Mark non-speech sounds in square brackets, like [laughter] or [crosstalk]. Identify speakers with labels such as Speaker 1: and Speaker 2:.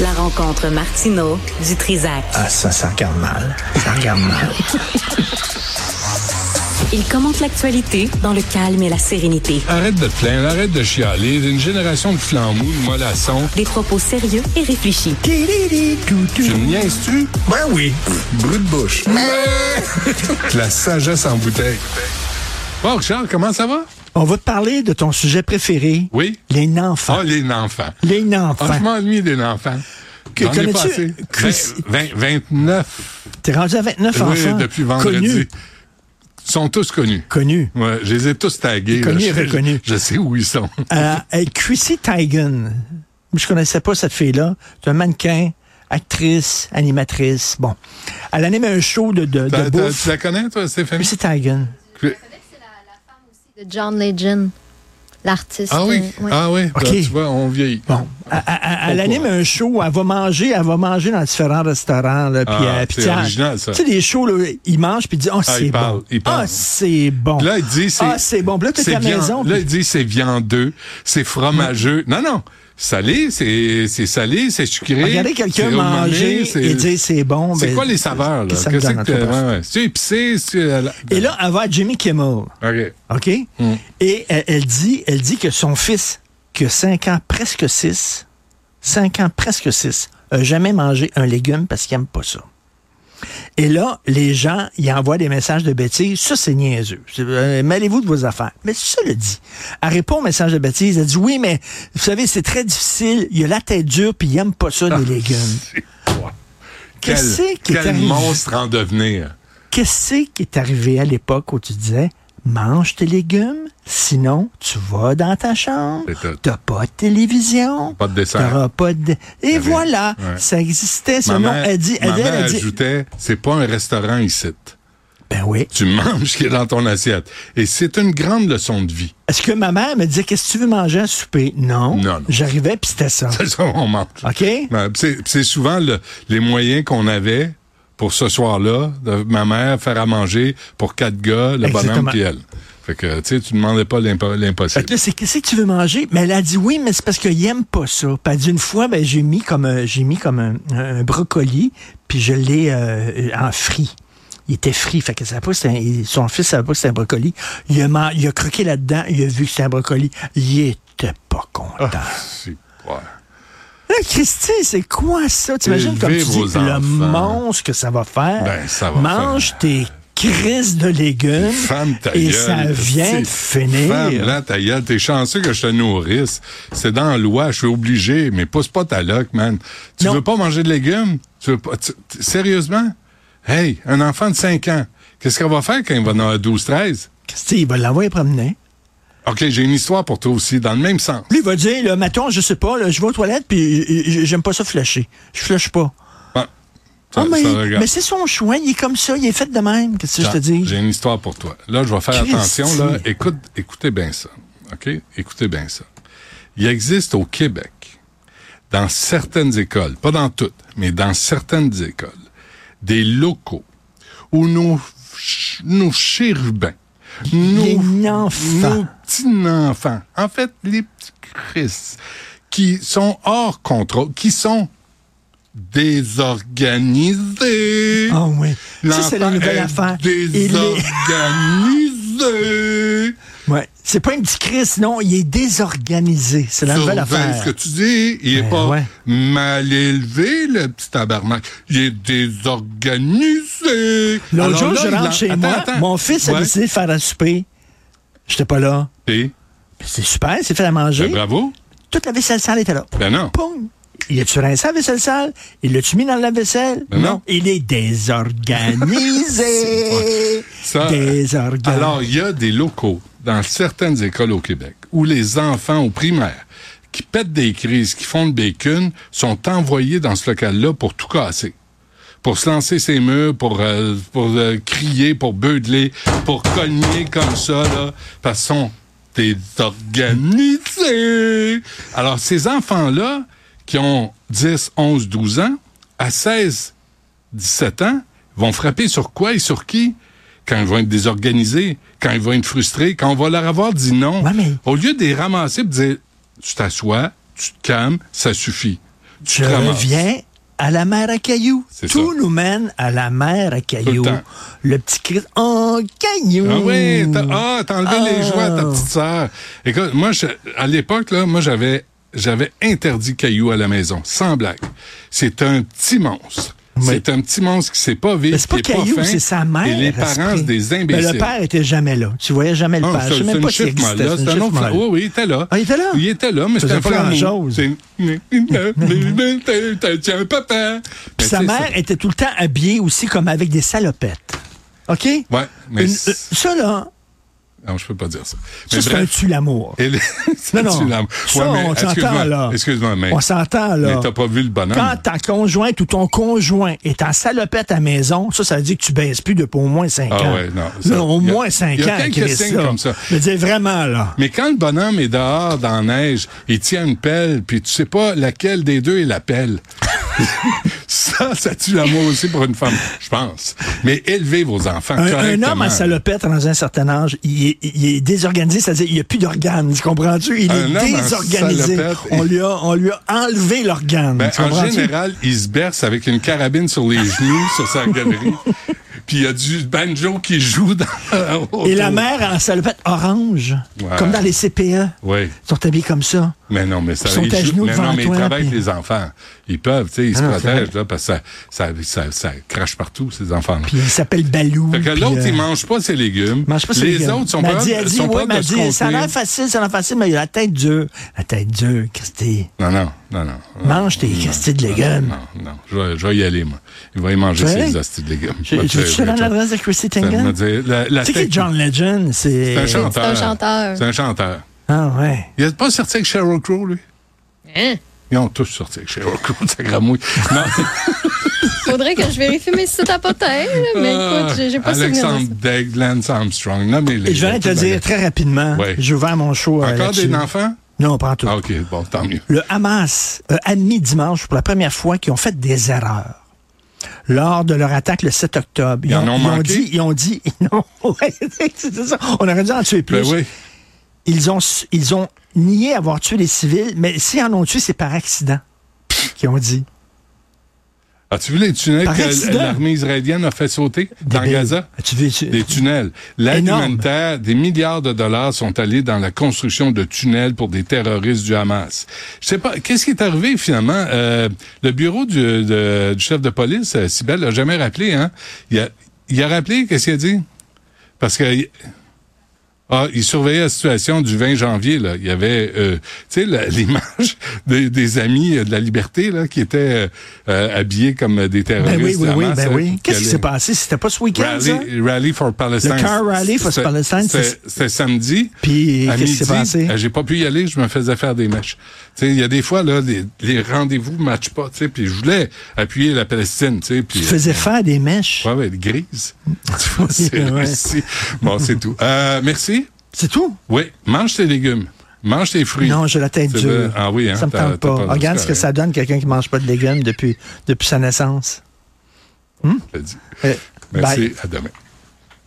Speaker 1: La rencontre Martino du Trizac.
Speaker 2: Ah, ça, ça regarde mal. Ça regarde mal.
Speaker 1: Il commente l'actualité dans le calme et la sérénité.
Speaker 3: Arrête de te plaindre, arrête de chialer. Une génération de flammous, de mollassons.
Speaker 1: Des propos sérieux et réfléchis.
Speaker 3: Tu me
Speaker 2: [laughs]
Speaker 3: niaises-tu?
Speaker 2: Ben oui.
Speaker 3: Brut de bouche. La sagesse en bouteille. Bon, Richard, comment ça va?
Speaker 2: On va te parler de ton sujet préféré.
Speaker 3: Oui?
Speaker 2: Les
Speaker 3: Ah,
Speaker 2: enfants.
Speaker 3: les enfants.
Speaker 2: les enfants.
Speaker 3: Ah, je m'ennuie des enfants.
Speaker 2: Que-
Speaker 3: J'en ai
Speaker 2: connais-tu
Speaker 3: passé
Speaker 2: Chris-
Speaker 3: vingt- vingt- 29
Speaker 2: T'es rendu à 29
Speaker 3: oui,
Speaker 2: enfants.
Speaker 3: depuis vendredi.
Speaker 2: Connus.
Speaker 3: Ils sont tous connus.
Speaker 2: Connus.
Speaker 3: Ouais, je les ai tous tagués.
Speaker 2: Connus et
Speaker 3: là. Je-
Speaker 2: reconnus.
Speaker 3: Je sais où ils sont.
Speaker 2: Euh, euh, Chrissy Teigen. Je connaissais pas cette fille-là. C'est un mannequin, actrice, animatrice. Bon. Elle anime un show de, de, de
Speaker 3: T'as- t'as-
Speaker 2: bouffe.
Speaker 3: Tu la connais, toi, Stéphanie?
Speaker 2: Chrissy Teigen.
Speaker 4: de John Legend, l'artiste.
Speaker 3: Ah oui,
Speaker 4: euh, ouais.
Speaker 3: ah oui.
Speaker 2: Ok.
Speaker 3: Ben, tu vois, on vieillit.
Speaker 2: Bon, elle, elle- elle- elle anime un show, elle va manger, elle va manger dans différents restaurants. Là, puis
Speaker 3: Ah,
Speaker 2: elle- puis
Speaker 3: c'est
Speaker 2: tu sais,
Speaker 3: original, ça.
Speaker 2: Tu sais, les shows, là, ils mangent puis ils disent, oh,
Speaker 3: Ah,
Speaker 2: c'est
Speaker 3: ils parlent,
Speaker 2: bon.
Speaker 3: ils parlent.
Speaker 2: Ah, c'est bon.
Speaker 3: Puis Là, il dit c'est.
Speaker 2: Ah, c'est bon. Puis là, t'es
Speaker 3: c'est
Speaker 2: à la
Speaker 3: viand-
Speaker 2: maison.
Speaker 3: Là,
Speaker 2: puis- Mm.
Speaker 3: il dit c'est viandeux, c'est fromageux. Non, non. Salé, c'est c'est salé, c'est sucré.
Speaker 2: Regardez quelqu'un
Speaker 3: c'est au moment,
Speaker 2: manger
Speaker 3: c'est-
Speaker 2: et dire c'est bon.
Speaker 3: C'est
Speaker 2: ben,
Speaker 3: quoi les saveurs, là?
Speaker 2: qu'est-ce que ça me donne,
Speaker 3: que.
Speaker 2: en tout cas?
Speaker 3: ouais, ouais. C'est épicé, c'est. à la-
Speaker 2: Et là, elle va à Jimmy Kimmel.
Speaker 3: OK.
Speaker 2: OK?
Speaker 3: Mm.
Speaker 2: Et elle, elle dit, elle dit que son fils, qui a 5 ans, presque 6, 5 ans, presque 6, a jamais mangé un légume parce qu'il aime pas ça. Et là, les gens, ils envoient des messages de bêtises. Ça, c'est niaiseux. C'est, euh, Mêlez-vous de vos affaires. Mais ça le dit. Elle répond aux messages de bêtises. Elle dit, oui, mais vous savez, c'est très difficile. Il a la tête dure, puis il aime pas ça, les légumes. Qu'est-ce
Speaker 3: Ah, Quel,
Speaker 2: qui est
Speaker 3: quel
Speaker 2: arrivé?
Speaker 3: monstre en devenir.
Speaker 2: Qu'est-ce qui est arrivé à l'époque où tu disais mange tes légumes, sinon tu vas dans ta chambre,
Speaker 3: C'est tout.
Speaker 2: t'as pas de télévision,
Speaker 3: Pas de dessert.
Speaker 2: t'auras pas de... Et
Speaker 3: avait-
Speaker 2: voilà,
Speaker 3: ouais.
Speaker 2: ça existait. Ce
Speaker 3: Maman,
Speaker 2: nom, elle dit, elle,
Speaker 3: maman
Speaker 2: elle dit,
Speaker 3: ajoutait, c'est pas un restaurant ici.
Speaker 2: ben oui.
Speaker 3: Tu [laughs] manges ce qui est dans ton assiette. Et c'est une grande leçon de vie. [laughs]
Speaker 2: Est-ce que ma mère me disait qu'est-ce que tu veux manger à souper Non.
Speaker 3: Non, non.
Speaker 2: J'arrivais puis c'était ça.
Speaker 3: C'est ça qu'on mange.
Speaker 2: Ok.
Speaker 3: Ben, pis C'est pis c'est souvent le- les moyens qu'on avait pour ce soir-là, de ma mère faire à manger pour quatre gars, le bonhomme
Speaker 2: Exactement.
Speaker 3: puis elle. Fait que, tu sais, tu demandais pas l'impo-
Speaker 2: Fait
Speaker 3: l'impossible.
Speaker 2: que là, c'est qu'est-ce que tu veux manger? Mais elle a dit oui, mais c'est parce qu'il aime pas ça. Puis elle a dit une fois, ben, j'ai mis comme un, j'ai mis comme un, un brocoli, puis je l'ai euh, en frit. Il était frit, fait que ça pas que c'était un- il- son fils savait pas que c'était un brocoli. Il a, man- il a croqué là-dedans, il a vu que c'était un brocoli. Il était pas content.
Speaker 3: Ah, C'est- ouais.
Speaker 2: Là, Christy, c'est quoi ça? T'imagines comme tu
Speaker 3: Élevez
Speaker 2: dis
Speaker 3: vos
Speaker 2: le
Speaker 3: enfants.
Speaker 2: monstre que ça va faire?
Speaker 3: Ben, ça va
Speaker 2: Mange
Speaker 3: faire.
Speaker 2: tes crises de légumes
Speaker 3: Femme ta
Speaker 2: Euh, et
Speaker 3: gueule.
Speaker 2: ça vient de
Speaker 3: C'est-
Speaker 2: finir.
Speaker 3: Femme, là, ta gueule. T'es chanceux que je te nourrisse. C'est dans la loi, je suis obligé, mais pousse pas ta loque, man. Tu
Speaker 2: Non.
Speaker 3: veux pas manger de légumes? Tu veux pas, tu- tu- sérieusement? Hey, un enfant de 5 ans, qu'est-ce qu'on va faire quand il va en avoir 12, 13?
Speaker 2: Christy, il va l'envoyer promener.
Speaker 3: OK, j'ai une histoire pour toi aussi, dans le même sens.
Speaker 2: Lui, il va dire, là, mettons, je sais pas, là, je vais aux toilettes, puis euh, euh, j'aime pas ça flasher. Je flashe pas.
Speaker 3: Ouais. Ça-
Speaker 2: Ah, mais
Speaker 3: ça
Speaker 2: il-
Speaker 3: regarde.
Speaker 2: mais c'est son choix, il est comme ça, il est fait de même. Qu'est-ce que je te
Speaker 3: Jean,
Speaker 2: dis?
Speaker 3: J'ai une histoire pour toi. Là, je vais faire
Speaker 2: Christy.
Speaker 3: attention. Là. Écoute, écoutez bien ça. OK? Écoutez bien ça. Il existe au Québec, dans certaines écoles, pas dans toutes, mais dans certaines écoles, des locaux où nos, ch- nos chérubins, nos,
Speaker 2: Les enfants.
Speaker 3: nos petits enfants, en fait, les petits Christ, qui sont hors contrôle, qui sont désorganisés.
Speaker 2: Ah oui. Ça, c'est la
Speaker 3: L'enfant
Speaker 2: nouvelle
Speaker 3: est
Speaker 2: affaire. Il est...
Speaker 3: Désorganisé.
Speaker 2: Ouais. C'est pas un petit Chris, non, il est désorganisé. C'est la nouvelle
Speaker 3: Surveille
Speaker 2: affaire.
Speaker 3: ce que tu dis. Il
Speaker 2: Ben
Speaker 3: est pas
Speaker 2: ouais.
Speaker 3: mal élevé, le petit tabarnak. Il est désorganisé.
Speaker 2: L'autre
Speaker 3: Alors
Speaker 2: jour,
Speaker 3: là,
Speaker 2: je
Speaker 3: il en-
Speaker 2: rentre chez
Speaker 3: Attends,
Speaker 2: moi,
Speaker 3: attends.
Speaker 2: mon fils a
Speaker 3: Ouais.
Speaker 2: décidé de faire un souper. J'étais pas là. Mais
Speaker 3: Et,
Speaker 2: C'est super, c'est fait à manger.
Speaker 3: ben, bravo.
Speaker 2: Toute la vaisselle sale était là.
Speaker 3: Ben non.
Speaker 2: Poum! Il a-tu rincé la vaisselle sale? Il l'a-tu mis dans la vaisselle?
Speaker 3: Ben non.
Speaker 2: Il est
Speaker 3: [laughs]
Speaker 2: désorganisé.
Speaker 3: Ça, euh,
Speaker 2: désorganisé.
Speaker 3: Alors, il y a des locaux dans certaines écoles au Québec où les enfants au primaire qui pètent des crises, qui font le bacon, sont envoyés dans ce local-là pour tout casser. Pour se lancer ses murs, pour, euh, pour euh, crier, pour beudler, pour cogner comme ça, là, parce qu'ils sont désorganisés. Alors, ces enfants-là, qui ont 10, 11, 12 ans, à 16, 17 ans vont frapper sur quoi et sur qui quand ils vont être désorganisés, quand ils vont être frustrés, quand on va leur avoir dit non.
Speaker 2: Ouais, mais-
Speaker 3: Au lieu de les ramasser et de dire, tu t'assois, tu te calmes, ça suffit. tu
Speaker 2: Je
Speaker 3: te ramasses.
Speaker 2: reviens à la mer à cailloux.
Speaker 3: C'est
Speaker 2: Tout
Speaker 3: ça.
Speaker 2: nous mène à la mer à cailloux.
Speaker 3: temps.
Speaker 2: Le petit cri en cailloux.
Speaker 3: Ah oui, t'as ah, t'as enlevé
Speaker 2: Ah.
Speaker 3: les joies à ta petite sœur. Écoute, moi, je- à l'époque, là, moi, j'avais, j'avais interdit Caillou à la maison, sans blague. C'est un petit monstre.
Speaker 2: Oui.
Speaker 3: C'est un petit monstre qui sait pas vivre,
Speaker 2: Mais c'est pas
Speaker 3: qui est
Speaker 2: Caillou,
Speaker 3: pas fin,
Speaker 2: c'est sa mère.
Speaker 3: Et les
Speaker 2: esprit.
Speaker 3: parents, c'est des imbéciles.
Speaker 2: Mais le père était jamais là. Tu voyais jamais le
Speaker 3: Non,
Speaker 2: père. Je
Speaker 3: c'est
Speaker 2: sais
Speaker 3: c'est
Speaker 2: même
Speaker 3: une
Speaker 2: pas s'il
Speaker 3: chiffre
Speaker 2: existait. Ah, C'est
Speaker 3: là.
Speaker 2: une Ah
Speaker 3: C'est un
Speaker 2: chiffre
Speaker 3: autre.
Speaker 2: molle.
Speaker 3: Oui, oui, il était là.
Speaker 2: Ah, il était là?
Speaker 3: Il était là, mais
Speaker 2: Faisait
Speaker 3: c'était un
Speaker 2: pas
Speaker 3: flamme.
Speaker 2: grand-chose.
Speaker 3: C'est un papa. Mais
Speaker 2: Puis sa
Speaker 3: tu sais,
Speaker 2: mère était tout le temps habillée aussi comme avec des salopettes. OK?
Speaker 3: c'est- Ouais, mais.
Speaker 2: Une-
Speaker 3: c'est-
Speaker 2: euh, ça, là,
Speaker 3: Non, je peux pas dire ça.
Speaker 2: ça, c'est un
Speaker 3: bref.
Speaker 2: tue l'amour.
Speaker 3: [laughs] Et les-
Speaker 2: Non,
Speaker 3: tu l'as-
Speaker 2: non. Ça,
Speaker 3: Ouais, mais
Speaker 2: on s'entend,
Speaker 3: excuse-moi,
Speaker 2: là.
Speaker 3: Excuse-moi, mais.
Speaker 2: On s'entend, là.
Speaker 3: Mais t'as pas vu le bonhomme.
Speaker 2: Quand ta conjointe ou ton conjoint est en salopette à maison, ça, ça veut dire que tu baisses plus depuis au moins 5
Speaker 3: Ah
Speaker 2: ans.
Speaker 3: ouais, non, ça-
Speaker 2: au
Speaker 3: y a-
Speaker 2: moins 5
Speaker 3: y a
Speaker 2: ans,
Speaker 3: quelques
Speaker 2: Chris,
Speaker 3: signes
Speaker 2: là.
Speaker 3: comme ça.
Speaker 2: Je veux dire, vraiment, là.
Speaker 3: Mais quand le bonhomme est dehors dans la neige, il tient une pelle, puis tu sais pas laquelle des deux est la pelle. [laughs] ça, ça tue l'amour aussi pour une femme, je pense. Mais élevez vos enfants
Speaker 2: Un, un
Speaker 3: correctement.
Speaker 2: homme en salopette dans un certain âge, il est, il est désorganisé, c'est-à-dire il n'y a plus d'organes, tu comprends-tu? Il
Speaker 3: Un homme en
Speaker 2: est désorganisé.
Speaker 3: salopette,
Speaker 2: On lui, a, on lui a enlevé l'organe,
Speaker 3: Ben,
Speaker 2: tu
Speaker 3: en
Speaker 2: comprends-tu?
Speaker 3: général, il se berce avec une carabine sur les genoux, sur
Speaker 2: [laughs]
Speaker 3: sa galerie. Puis il y a du banjo qui joue dans... [laughs]
Speaker 2: Et la mère en salopette orange,
Speaker 3: Ouais.
Speaker 2: comme dans les CPE.
Speaker 3: Oui.
Speaker 2: Ils sont habillés comme ça.
Speaker 3: Mais non, mais ça
Speaker 2: Ils sont
Speaker 3: ils
Speaker 2: à
Speaker 3: jouent-
Speaker 2: genoux
Speaker 3: mais
Speaker 2: devant
Speaker 3: non, mais
Speaker 2: toi,
Speaker 3: ils travaillent
Speaker 2: puis-
Speaker 3: avec les enfants. Ils peuvent, tu sais, ils se
Speaker 2: Ah non, c'est
Speaker 3: protègent, là, parce que ça, ça, ça, ça crache partout, ces enfants-là.
Speaker 2: Puis il s'appelle Balou.
Speaker 3: Fait que
Speaker 2: puis,
Speaker 3: l'autre,
Speaker 2: euh,
Speaker 3: il mange pas ses légumes.
Speaker 2: Mange pas ses
Speaker 3: les
Speaker 2: légumes.
Speaker 3: autres sont
Speaker 2: m'a
Speaker 3: pas
Speaker 2: dit, elle dit,
Speaker 3: sont
Speaker 2: oui,
Speaker 3: pas
Speaker 2: m'a
Speaker 3: de se
Speaker 2: dit, ça a
Speaker 3: contenir.
Speaker 2: l'air facile, ça a l'air facile, mais il a la tête dure. La tête dure, Christy.
Speaker 3: Non, non, non, non.
Speaker 2: Mange tes Christy de légumes.
Speaker 3: Non, non, je vais, je vais y aller, moi. Il va y manger
Speaker 2: Tu vas aller?
Speaker 3: ses hosties de légumes.
Speaker 2: Je- je Veux-tu te donner l'adresse de Christy
Speaker 3: Ça me
Speaker 2: Tengan?
Speaker 3: dit- la- la
Speaker 2: C'est qui
Speaker 3: tête-
Speaker 2: John Legend? C'est.
Speaker 3: C'est un chanteur.
Speaker 4: C'est un chanteur.
Speaker 3: C'est un chanteur.
Speaker 2: Ah, ouais.
Speaker 3: Il n'est pas sorti avec Sheryl Crow, lui?
Speaker 4: Hein?
Speaker 3: Ils ont tous sorti avec Sheryl Crow, [laughs] ça gramouille. Non,
Speaker 4: Faudrait que je vérifie mes sites à potins, là, [laughs] mais écoute, j'ai- j'ai pas souvenir de
Speaker 3: Alexandre
Speaker 4: ça.
Speaker 3: Degg, Lance Armstrong, nommez-les.
Speaker 2: Et je viens de te dire très rapidement,
Speaker 3: Ouais.
Speaker 2: j'ai ouvert mon show. euh,
Speaker 3: Encore
Speaker 2: là-dessus.
Speaker 3: des enfants?
Speaker 2: Non, pas en tout.
Speaker 3: Ah, OK, bon, tant mieux.
Speaker 2: Le Hamas a admis dimanche pour la première fois qu'ils ont fait des erreurs lors de leur attaque le 7 octobre.
Speaker 3: Ils en ont manqué?
Speaker 2: dit, ils ont dit, [laughs] non, ouais, c'est ça. On aurait dû en tuer plus.
Speaker 3: Ben oui.
Speaker 2: ils ont, su- ils ont nié avoir tué les civils, mais s'ils en ont tué, c'est par accident qu'ils ont dit.
Speaker 3: As-tu vu les tunnels
Speaker 2: Par
Speaker 3: que
Speaker 2: accident.
Speaker 3: l'armée israélienne a fait sauter dans
Speaker 2: Débile.
Speaker 3: Gaza?
Speaker 2: As-tu vu- Ah, tu- Ben
Speaker 3: Des tunnels. L'aide
Speaker 2: Énorme.
Speaker 3: humanitaire, des milliards de dollars sont allés dans la construction de tunnels pour des terroristes du Hamas. Je sais pas, qu'est-ce qui est arrivé finalement? Euh, le bureau du, de- du chef de police, euh, Sibel, l'a jamais rappelé, hein? Il a, il a rappelé, qu'est-ce qu'il a dit? Parce que... il- Ah, il surveillait la situation du 20 janvier. Là. Il y avait, euh, tu sais, la- [laughs] l'image des, des amis euh, de la liberté là, qui étaient euh, euh, habillés comme des terroristes.
Speaker 2: Ben oui, oui,
Speaker 3: du
Speaker 2: oui,
Speaker 3: Hamas,
Speaker 2: ben
Speaker 3: hein,
Speaker 2: oui. Qu'est-ce qui
Speaker 3: allaient-
Speaker 2: s'est passé? C'était pas ce week-end, ça?
Speaker 3: Rally, Rally for Palestine.
Speaker 2: hein? Le car rally for
Speaker 3: C'était-
Speaker 2: Palestine,
Speaker 3: c'était-
Speaker 2: c'est-
Speaker 3: C'était samedi.
Speaker 2: Puis,
Speaker 3: à
Speaker 2: qu'est-ce qui s'est
Speaker 3: midi,
Speaker 2: passé?
Speaker 3: euh, J'ai pas pu y aller, je me faisais faire des matchs. Tu sais, il y a des fois, là, les, les rendez-vous ne matchent pas, tu sais, puis je voulais appuyer la Palestine, tu sais, puis... euh,
Speaker 2: Tu faisais faire des mèches.
Speaker 3: Ouais, ouais,
Speaker 2: [laughs]
Speaker 3: grise. tu vois, [laughs] c'est
Speaker 2: Ouais.
Speaker 3: réussi. Bon, c'est tout. Euh, merci.
Speaker 2: C'est tout?
Speaker 3: Oui, mange tes légumes. Mange tes fruits.
Speaker 2: Non, j'ai la tête
Speaker 3: C'est
Speaker 2: dure.
Speaker 3: vrai. Ah oui, hein,
Speaker 2: ça me
Speaker 3: t'as-
Speaker 2: tente
Speaker 3: t'as
Speaker 2: pas.
Speaker 3: pas-
Speaker 2: Regarde
Speaker 3: c'est
Speaker 2: ce que ça donne, quelqu'un qui mange pas de légumes depuis, depuis sa naissance.
Speaker 3: Je te dis.
Speaker 2: Euh, bye.
Speaker 3: hein, Merci, à demain.